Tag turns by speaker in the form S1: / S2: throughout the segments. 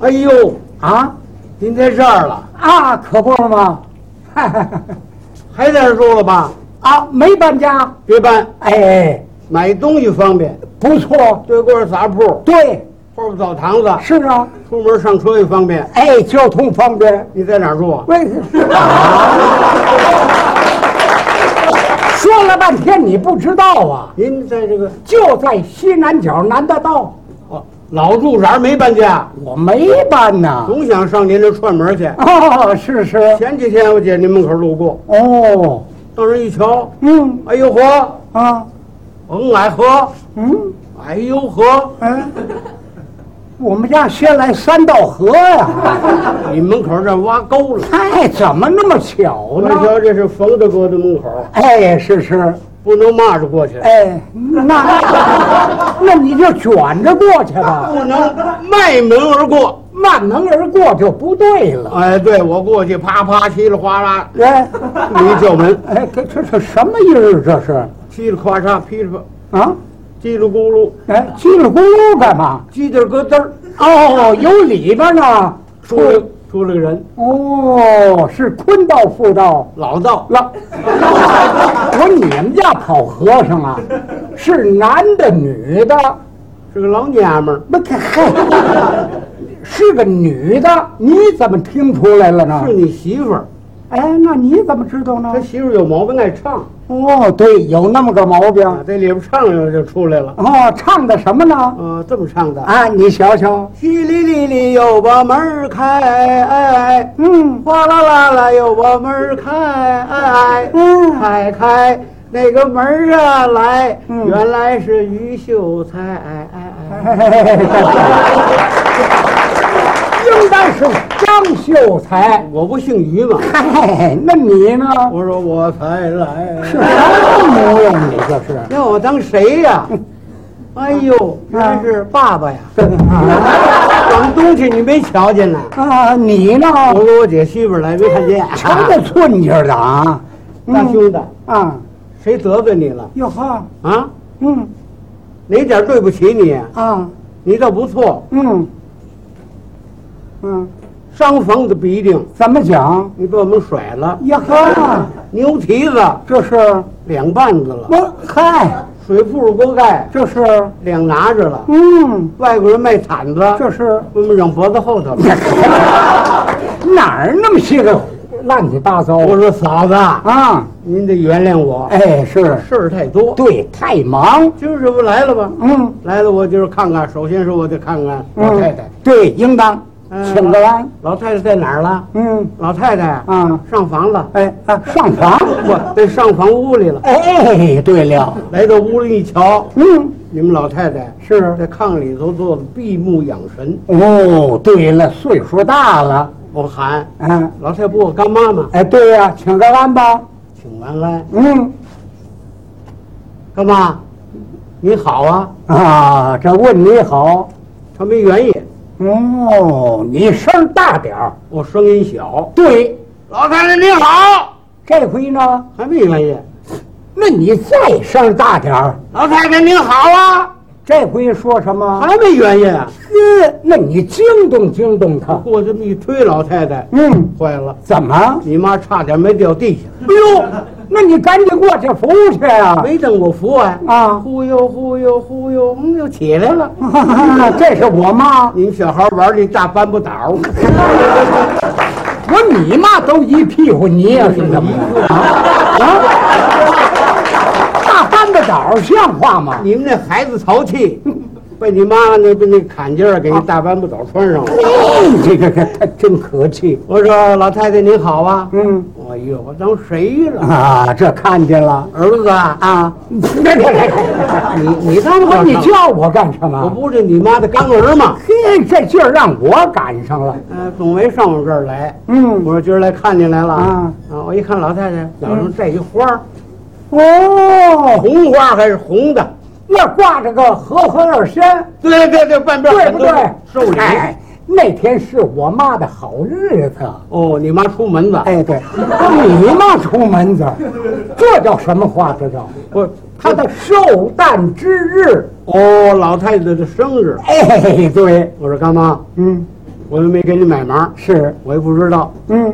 S1: 哎呦啊，您在这儿了，
S2: 啊，可不是吗？哈哈哈
S1: 还在这儿住了吧？
S2: 啊，没搬家，
S1: 别搬，
S2: 哎，
S1: 买东西方便，
S2: 不错，
S1: 对过儿杂铺，
S2: 对，
S1: 后边澡堂子，
S2: 是啊，
S1: 出门上车也方便。
S2: 哎，交通方便。
S1: 你在哪儿住啊？
S2: 为说了半天你不知道啊，
S1: 您在这个
S2: 就在西南角南大道，
S1: 哦，老住宅没搬家，
S2: 我没搬呐。
S1: 总想上您这串门去。
S2: 哦，是是，
S1: 前几天我姐您门口路过，
S2: 哦，
S1: 到这一瞧，
S2: 嗯
S1: 哎呦呵，
S2: 啊，
S1: 嗯，哎呵，
S2: 嗯
S1: 哎呦呵，
S2: 嗯，我们家先来三道河呀、
S1: 你门口这挖沟了。
S2: 哎，怎么那么巧
S1: 我那
S2: 呢？
S1: 瞧这是冯大哥的门口，
S2: 哎，是是，
S1: 不能骂着过去，
S2: 哎，那那你就卷着过去吧，
S1: 不能迈门而过。
S2: 慢门而过就不对了。
S1: 哎，对我过去啪啪稀里哗啦，
S2: 哎，
S1: 一叫门，
S2: 哎，这这这什么意思？这是
S1: 稀里哗嚓，噼里啪，
S2: 啊？
S1: 叽里咕噜，
S2: 哎，叽里咕噜干嘛？
S1: 叽里咯噔儿，
S2: 哦，有里边呢。
S1: 出来出来个人，
S2: 哦，是坤道妇道
S1: 老道
S2: 了。我说你们家跑和尚啊，是男的女的？
S1: 是个老娘们儿，
S2: 不，嘿，是个女的，你怎么听出来了呢
S1: 是？你媳妇儿，
S2: 哎，那你怎么知道呢
S1: 他？媳妇儿有毛病爱唱，
S2: 哦，对，有那么个毛病。
S1: 啊，在里边唱悠就出来了，
S2: 哦，唱的什么呢？
S1: 嗯、这么唱的，
S2: 啊，你瞧瞧，
S1: 淅沥沥沥又把门儿开，哎哎，
S2: 嗯
S1: 哗啦啦啦又把门儿开，哎哎，
S2: 嗯，
S1: 开开那个门儿啊来，
S2: 嗯
S1: 原来是于秀才，哎哎哎。
S2: 应该是张秀才。
S1: 我不姓于嘛，
S2: 嗨，那你呢？
S1: 我说我才来，
S2: 是什么模样？你这是？
S1: 要我当谁呀？哎呦，原来是爸爸呀！往东去你没瞧见呢？
S2: 啊，你呢？
S1: 我跟我姐媳妇儿来没看见，
S2: 瞧这寸劲儿的啊！
S1: 大兄弟，
S2: 啊，
S1: 谁得罪你了
S2: 哟呵，
S1: 啊？
S2: 嗯
S1: 哪点对不起你？
S2: 啊，
S1: 你倒不错，
S2: 嗯嗯，
S1: 伤风的必定，
S2: 怎么讲？
S1: 你被我们甩了，
S2: 哟呵，
S1: 牛蹄子
S2: 这是
S1: 两半子了，
S2: 我嗨，
S1: 水铺子锅盖
S2: 这是
S1: 两拿着了，
S2: 嗯，
S1: 外国人卖毯子，
S2: 这是
S1: 我们扔脖子后头了。
S2: 哪儿那么些个乱七八糟
S1: 我说嫂子。
S2: 啊？
S1: 您得原谅我，
S2: 哎，是
S1: 事儿太多。
S2: 对，太忙，
S1: 今儿这不来了吧？
S2: 嗯
S1: 来了，我就是看看。首先是我得看看老太太
S2: 嗯，，对，应当
S1: 嗯
S2: 请个安，
S1: 老太太在哪儿了？
S2: 嗯
S1: 老太太啊，
S2: 啊，
S1: 上房了，
S2: 哎啊，上房，
S1: 不，得上房屋里了。
S2: 哎，对了，
S1: 来到屋里一瞧，
S2: 嗯，
S1: 你们老太太
S2: 是
S1: 在炕里头坐着闭目养神。
S2: 哦，对了，岁数大了，
S1: 我喊
S2: 啊，
S1: 老太婆，我干妈妈，
S2: 哎，对呀、请个安吧。
S1: 请完安。
S2: 嗯，
S1: 干妈，你好啊。
S2: 啊，这问你好。
S1: 她没原因，
S2: 哦，你声大点儿。
S1: 我声音小。
S2: 对，
S1: 老太太你好，
S2: 这回呢，
S1: 还没原因。
S2: 那你再声大点儿。
S1: 老太太您好啊，
S2: 这回说什么？
S1: 还没原因啊。
S2: 呃，那你惊动惊动
S1: 我
S2: 他。
S1: 啊过这么一推，老太太
S2: 嗯，
S1: 坏了，
S2: 怎么？
S1: 你妈差点没掉地下。
S2: 哎呦，那你赶紧过去扶去呀、
S1: 没等我扶啊，
S2: 啊
S1: 忽悠忽悠忽悠，嗯，又起来了。
S2: 啊！这是我妈，
S1: 你们小孩玩这大搬不倒，
S2: 我说你妈都一屁股泥呀、是怎么的？啊啊！大翻个倒像话吗？
S1: 你们那孩子淘气，被你妈那被那坎肩儿给你大搬不倒穿
S2: 嗯
S1: 上了。
S2: 你这个这他真可气。
S1: 我说老太太您好啊，
S2: 嗯
S1: 哎呦，我当谁了？
S2: 啊，这看见了
S1: 儿子啊，
S2: 啊！
S1: 你你当
S2: 我说
S1: 我
S2: 啊你啊叫我干什
S1: 我
S2: 么？
S1: 不是你妈的干儿吗？
S2: 嘿，这劲儿让我赶上了。
S1: 嗯、总没上我这儿来。
S2: 嗯
S1: 我，说今儿来看您来了
S2: 啊嗯
S1: 啊！我一看老太太脚上戴一花儿，
S2: 哦，
S1: 红花儿还是红的，
S2: 那挂着个和合二仙，
S1: 对对对，半边
S2: 对
S1: 很
S2: 不
S1: 多
S2: 对？
S1: 寿礼。
S2: 哎那天是我妈的好日子。
S1: 哦，你妈出门子，
S2: 哎，对，你妈出门子，这叫什么话？这叫
S1: 不，
S2: 她的寿诞之日。
S1: 哦，老太太的生日。
S2: 哎，对，
S1: 我说干妈，
S2: 嗯，
S1: 我我又没给你买盲，
S2: 是，
S1: 我也不知道。
S2: 嗯，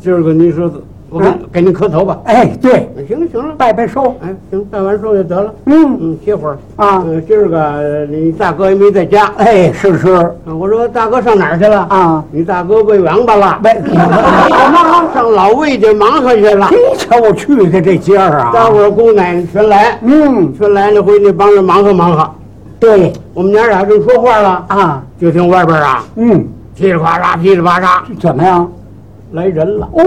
S1: 今儿个您说，我给、
S2: 嗯
S1: 给您磕头吧。
S2: 哎，对，
S1: 行了行了，
S2: 拜拜收，
S1: 哎，行，办完事儿就得了。
S2: 嗯
S1: 嗯，歇会儿
S2: 啊
S1: 呃今儿个你大哥也没在家，
S2: 哎，是是，
S1: 啊我说大哥上哪儿去了？
S2: 啊
S1: 你大哥喂王八了。
S2: 喂，
S1: 忙 上老魏家忙活去 了。
S2: 你瞧我去的这家儿
S1: 待
S2: 啊，
S1: 会儿姑奶奶全来，
S2: 嗯，
S1: 全来了回去帮着忙活忙活。
S2: 对，
S1: 我们娘俩正说话了，
S2: 啊，
S1: 就听外边啊
S2: 嗯，
S1: 噼里啪啦噼里啪啦
S2: 怎么样？
S1: 来人了，
S2: 哦，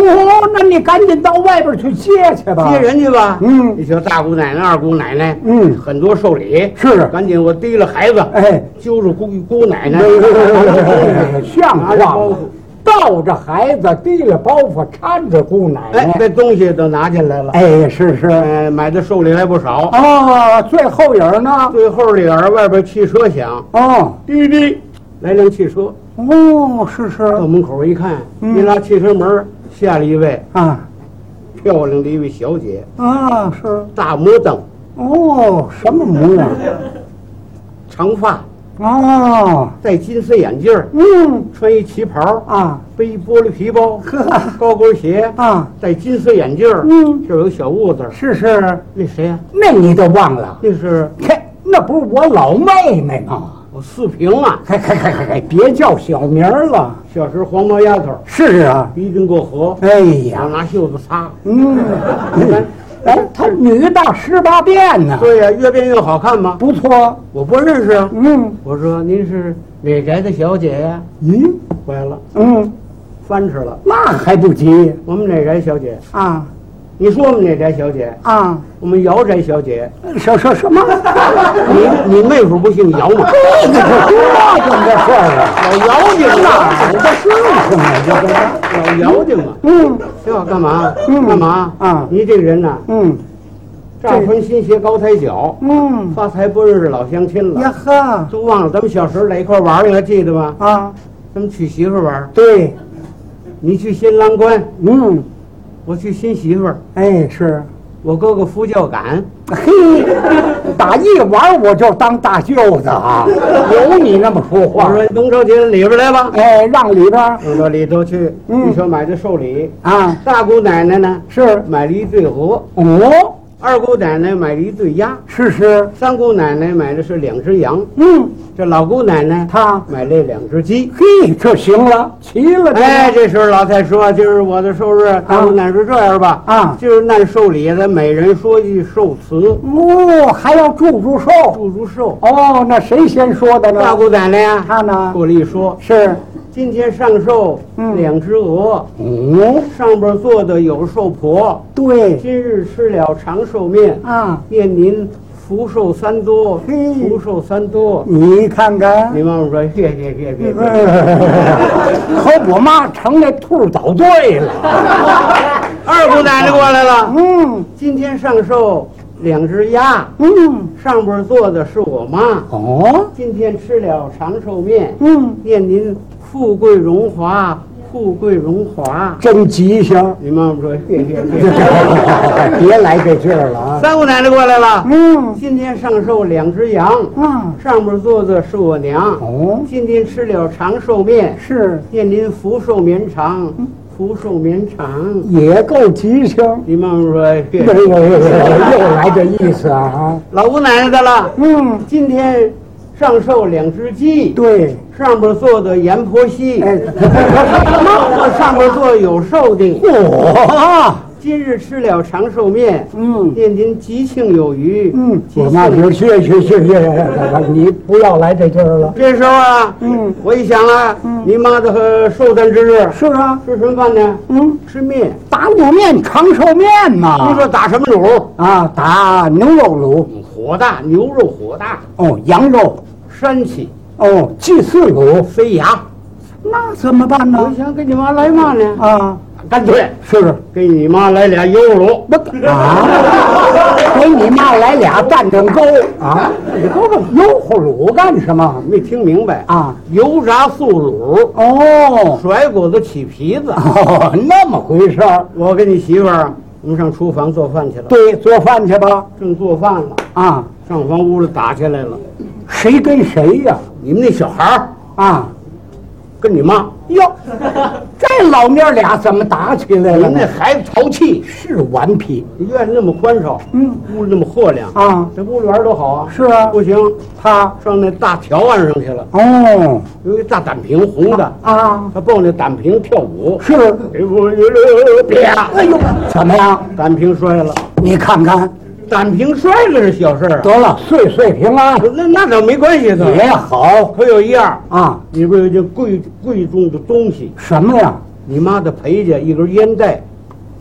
S2: 那你赶紧到外边去接去吧。
S1: 接人去吧。
S2: 啊嗯
S1: 你瞧大姑奶奶、二姑奶奶，
S2: 嗯
S1: 很多寿礼，
S2: 是，
S1: 赶紧我提了孩子，
S2: 哎，
S1: 揪住姑姑奶奶，
S2: 像
S1: 拿着
S2: 话
S1: 包袱？
S2: 吗抱着孩子，提了包袱，搀着姑奶
S1: 哎，
S2: 奶。
S1: 这东西都拿进来了。
S2: 哎，是是。
S1: 哎，买的寿礼还不少。
S2: 哦，最后影儿呢？
S1: 最后里儿外边汽车响，
S2: 哦，
S1: 滴滴，来辆汽车。
S2: 哦，是是。
S1: 到门口一看，
S2: 嗯
S1: 一拉汽车门儿，下了一位
S2: 啊
S1: 漂亮的一位小姐，
S2: 啊，是。
S1: 大摩登，
S2: 哦，什么模样？
S1: 长发，
S2: 哦，
S1: 戴金丝眼镜儿，
S2: 嗯
S1: 穿一旗袍，
S2: 啊
S1: 背一玻璃皮包，高跟鞋，
S2: 啊，
S1: 戴金丝眼镜儿，
S2: 嗯
S1: 这儿有个小痦子儿。
S2: 是是。
S1: 那谁呀、
S2: 那你都忘了？
S1: 那是
S2: 嘿，那不是我老妹妹吗？
S1: 我四平啊，
S2: 嘿嘿嘿嘿嘿，别叫小名儿了。
S1: 小时候黄毛丫头，
S2: 是啊，
S1: 一经过河，
S2: 哎
S1: 要
S2: 呀，
S1: 拿袖子擦。
S2: 嗯，哎，她女大十八变呢，
S1: 对呀、越变越好看吗？
S2: 不错，
S1: 我不认识啊。
S2: 嗯，
S1: 我说您是哪宅的小姐呀、
S2: 咦，
S1: 坏了，
S2: 嗯，
S1: 翻吃了。
S2: 那还不急
S1: 我们哪宅小姐？
S2: 啊
S1: 你说我们哪宅小姐？
S2: 啊，
S1: 我们姚宅小姐。
S2: 什什什么？
S1: 你你妹夫不姓姚吗？
S2: 这个是这怎么个事儿啊？
S1: 老姚家
S2: 哪
S1: 嘛，
S2: 儿的事情啊？
S1: 老姚家嘛。
S2: 这都，嗯
S1: 这要干嘛？
S2: 嗯
S1: 干嘛？
S2: 啊
S1: 你这个人呐，
S2: 嗯
S1: 乍穿新鞋高抬脚，
S2: 嗯，
S1: 发财不认识老乡亲
S2: 呀
S1: 了，
S2: 呵
S1: 都忘了咱们小时候在一块玩儿，你还记得吗？
S2: 啊，
S1: 咱们娶媳妇儿玩儿，
S2: 对，
S1: 你去新郎官，
S2: 嗯，
S1: 我去新媳妇儿，
S2: 哎是。
S1: 我哥哥夫教赶，
S2: 嘿， 打一玩我就当大舅子啊！有你那么说
S1: 我
S2: 话？
S1: 说哎甭着急，里边来吧。
S2: 哎，让里边儿
S1: 弄到里头去，
S2: 嗯
S1: 你说买的寿礼，
S2: 啊，
S1: 大姑奶奶呢
S2: 是
S1: 买了一对鹅，
S2: 哦，
S1: 二姑奶奶买了一对鸭，
S2: 是是，
S1: 三姑奶奶买的是两只羊，
S2: 嗯，
S1: 这老姑奶奶
S2: 他
S1: 买了两只鸡。
S2: 嘿，这行了，齐了，
S1: 哎，，这时候老太说：“今儿我的啊寿日，大姑奶奶说这样吧，
S2: 啊
S1: 今儿按寿礼，咱每人说句寿词，
S2: 哦，还要祝祝寿
S1: 祝祝寿。
S2: 哦，那谁先说的”呢？
S1: 大姑奶奶呀，
S2: 他呢？
S1: 过来一说，
S2: 是，
S1: 今天上寿
S2: 啊嗯
S1: 两只鹅，
S2: 哦，
S1: 上边坐的有寿婆，
S2: 对
S1: 今日吃了长寿面，
S2: 啊，
S1: 愿您福寿三多，
S2: 嘿嗯
S1: 福寿三多。
S2: 你看看
S1: 你，妈妈说 谢谢谢谢
S2: 嗯
S1: 谢谢。
S2: 和我妈成那兔儿捣对了，
S1: 二姑奶奶过来了，
S2: 嗯
S1: 今天上寿两只鸭，
S2: 嗯，
S1: 上边坐的是我妈，
S2: 哦，
S1: 今天吃了长寿面，
S2: 嗯。
S1: 愿您富贵荣华，富贵荣华。！
S2: 真吉祥
S1: 你妈妈说谢谢谢谢。
S2: 别来这劲儿了啊！
S1: 三姑奶奶过来了，
S2: 嗯
S1: 今天上寿两只羊，
S2: 啊，
S1: 上边坐的是我娘，
S2: 哦，
S1: 今天吃了长寿面，
S2: 是
S1: 愿您福寿绵长，福寿绵长。
S2: 也够吉祥。
S1: 你妈妈说
S2: 哎
S1: 谢
S2: 呦
S1: 谢。
S2: 呦 呦呦！又来这意思啊啊！
S1: 老姑奶奶的了，
S2: 嗯，
S1: 今天上寿两只鸡，
S2: 对，
S1: 上边坐的阎婆惜，
S2: 哎，
S1: 上边坐有寿的。
S2: 嚯，
S1: 今日吃了长寿面，
S2: 嗯
S1: 念您吉庆有余。
S2: 嗯，
S1: 吉
S2: 我那
S1: 庆。
S2: 是去去去去，你不要来这劲儿了。
S1: 这时候啊，
S2: 嗯，
S1: 我一想啊，你妈的和寿诞之日
S2: 是啊，
S1: 吃什么饭呢？
S2: 嗯，啊
S1: 吃面。
S2: 打卤面长寿面
S1: 你
S2: 嘛
S1: 说，打什么卤？
S2: 啊，打牛肉卤，
S1: 火大，牛肉火大，
S2: 哦，羊肉，
S1: 膻气，
S2: 哦，祭祀卤，
S1: 塞
S2: 啊
S1: 牙。
S2: 那怎么办
S1: 我
S2: 呢？
S1: 想给你妈来嘛呢？
S2: 啊，
S1: 干脆
S2: 是。
S1: 给你妈来俩油卤。
S2: 我 啊，给你妈来俩战战沟啊！你给我油葫芦干什么
S1: 没听明白？
S2: 啊？
S1: 油炸素卤，
S2: 哦，
S1: 甩果子起皮子。
S2: 哦那么回事儿。
S1: 我跟你媳妇儿，啊我们上厨房做饭去了，
S2: 对，做饭去吧。
S1: 正做饭了，
S2: 啊，
S1: 上房屋里打起来了。
S2: 谁跟谁呀、
S1: 你们那小孩儿
S2: 啊？
S1: 跟你妈，
S2: 哟，这老娘俩怎么打起来了
S1: 您那？
S2: 呢
S1: 孩子淘气，
S2: 是顽皮，
S1: 你院子那么宽敞，
S2: 嗯，
S1: 屋子那么豁亮
S2: 啊
S1: 这屋里玩儿多好啊！
S2: 是啊
S1: 不行，他上那大条岸上去了，
S2: 哦，
S1: 有一个大胆瓶红的，
S2: 啊，
S1: 他抱那胆瓶跳舞，
S2: 是，
S1: 哎呦呦，啪，
S2: 哎呦，怎么样？
S1: 胆瓶摔了，
S2: 你看看，
S1: 胆瓶摔了是小事儿啊，
S2: 得了，岁岁平安
S1: 那那倒没关系的，
S2: 也好
S1: 可有一样，
S2: 啊。
S1: 里边有一件贵贵重的东西，
S2: 什么呀？
S1: 你妈的陪嫁一根烟袋，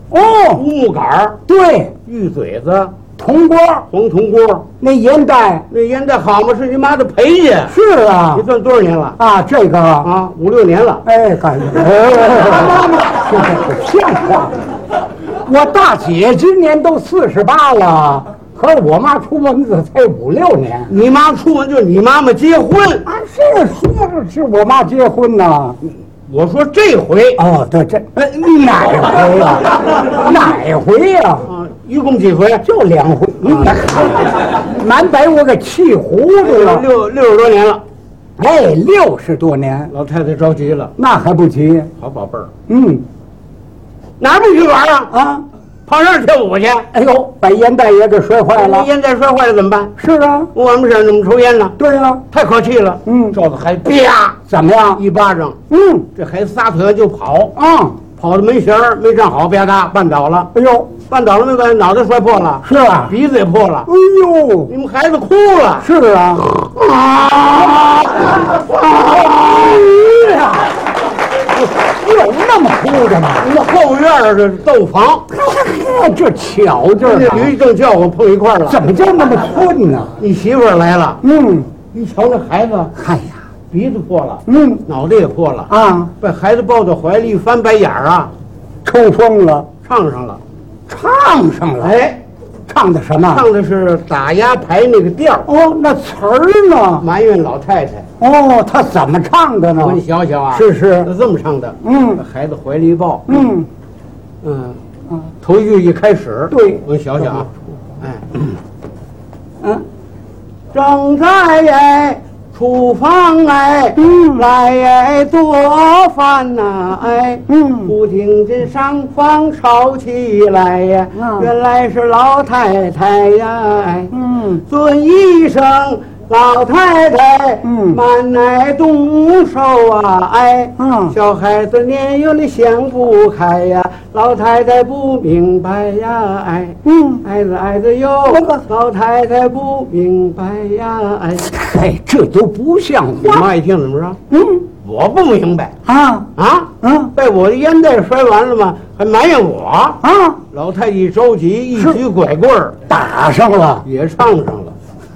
S1: 乌
S2: 哦，
S1: 木杆儿、
S2: 对，
S1: 玉嘴子、
S2: 铜锅
S1: 黄铜锅，
S2: 那烟袋
S1: 那烟袋好吗？是你妈的陪嫁，
S2: 是啊
S1: 你，算多少年了？
S2: 啊，这个
S1: 啊，五六年了。
S2: 哎，感觉， 像话！我大姐今年都四十八了，可是我妈出门子才五六年。
S1: 你妈出门就是你妈妈结婚，
S2: 啊，是是是我妈结婚呢。
S1: 我说这回
S2: 哦，对，这哎哪回呀、 哪回呀、
S1: 啊，一共几回？
S2: 就两回，南北我给气糊涂
S1: 六
S2: 了。
S1: 六六十多年了。
S2: 哎，六十多年，
S1: 老太太着急了，
S2: 那还不急？
S1: 好宝贝儿，
S2: 嗯
S1: 哪儿不许玩啊？
S2: 啊，
S1: 跑那儿跳舞去。
S2: 哎呦，把烟袋也给摔坏
S1: 那
S2: 了。
S1: 烟袋摔坏了怎么办？
S2: 是啊，
S1: 我们是怎么抽烟呢？
S2: 对啊，
S1: 太可气了。
S2: 嗯
S1: 赵子还啪
S2: 怎么样？
S1: 一巴掌，
S2: 嗯
S1: 这孩子撒腿就跑，
S2: 啊，
S1: 跑的没形儿，没站好，啪嗒绊倒了，
S2: 哎呦，
S1: 绊倒了没关系，脑袋摔破了，
S2: 是啊，
S1: 鼻子也破了
S2: 哎，呦，
S1: 你们孩子哭了。
S2: 是啊， 哎有那么哭的吗？
S1: 我们后院儿的豆房，
S2: 这巧劲
S1: 那驴
S2: 儿
S1: 正叫我碰一块儿
S2: 啊，
S1: 了。
S2: 怎么就那么寸呢？
S1: 你媳妇儿来了，
S2: 嗯，
S1: 你瞧那孩子
S2: 哎呀，
S1: 鼻子破了，
S2: 嗯
S1: 脑袋也破了，
S2: 啊，
S1: 把孩子抱到怀里一翻白眼儿啊，
S2: 抽风了，
S1: 唱上了。
S2: 唱上了，
S1: 哎，
S2: 唱的什么？
S1: 唱的是打压牌那个调儿，
S2: 哦，那词儿呢？
S1: 埋怨老太太。
S2: 哦，他怎么唱的呢
S1: 我？说你想想啊，
S2: 是是
S1: 那这么唱的，把
S2: 嗯
S1: 孩子怀里一抱，
S2: 嗯，
S1: 嗯，头一句一开始，
S2: 对
S1: 我想想啊，哎。
S2: 嗯，
S1: 正在哎，厨房哎，
S2: 嗯
S1: 来哎做饭呐、哎，
S2: 嗯
S1: 不听这上房吵起来呀、
S2: 嗯
S1: 原来是老太太呀、哎
S2: 嗯，
S1: 尊一声老太太，
S2: 嗯
S1: 慢来动手啊，哎，
S2: 嗯
S1: 小孩子年幼的想不开呀、老太太不明白呀、哎，
S2: 嗯
S1: 孩子孩子哟
S2: 那个，
S1: 老太太不明白呀，哎，
S2: 哎，这都不像
S1: 你
S2: 话。
S1: 妈一听怎么说？
S2: 嗯
S1: 我不明白
S2: 啊
S1: 啊，
S2: 嗯
S1: 被我的烟袋摔完了吗？还埋怨我？
S2: 啊，
S1: 老太太一着急，一
S2: 是
S1: 举拐棍儿
S2: 打上了。
S1: 也唱上了，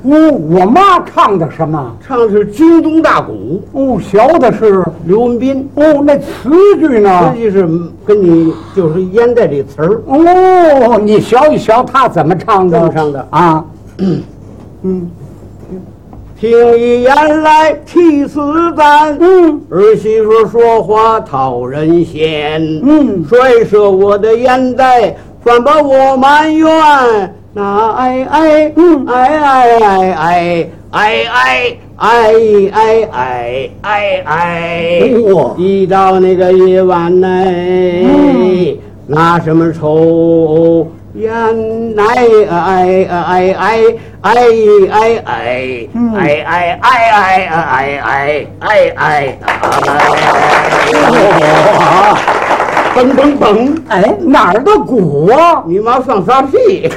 S2: 哦，我妈唱的什么？
S1: 唱的是京东大鼓，
S2: 哦，学的是
S1: 刘文斌。
S2: 哦，那词句呢
S1: 实？际是跟你就是烟袋这词儿，
S2: 哦，你学一学他怎么唱的？
S1: 怎么唱的
S2: 啊？嗯
S1: 听一言来气死咱。
S2: 嗯
S1: 儿媳妇说话讨人嫌，
S2: 嗯
S1: 摔折我的烟袋，反把我埋怨。那哎哎，
S2: 嗯
S1: 哎哎哎哎哎哎哎哎哎哎哎
S2: 哇，
S1: 一到那个夜晚呢，
S2: 嗯
S1: 拿什么抽烟来？哎哎哎哎哎哎哎哎
S2: 嗯
S1: 哎哎哎哎哎哎哎哎哎！嘣嘣嘣！
S2: 哎，哪儿的鼓啊？
S1: 哎你妈放仨屁！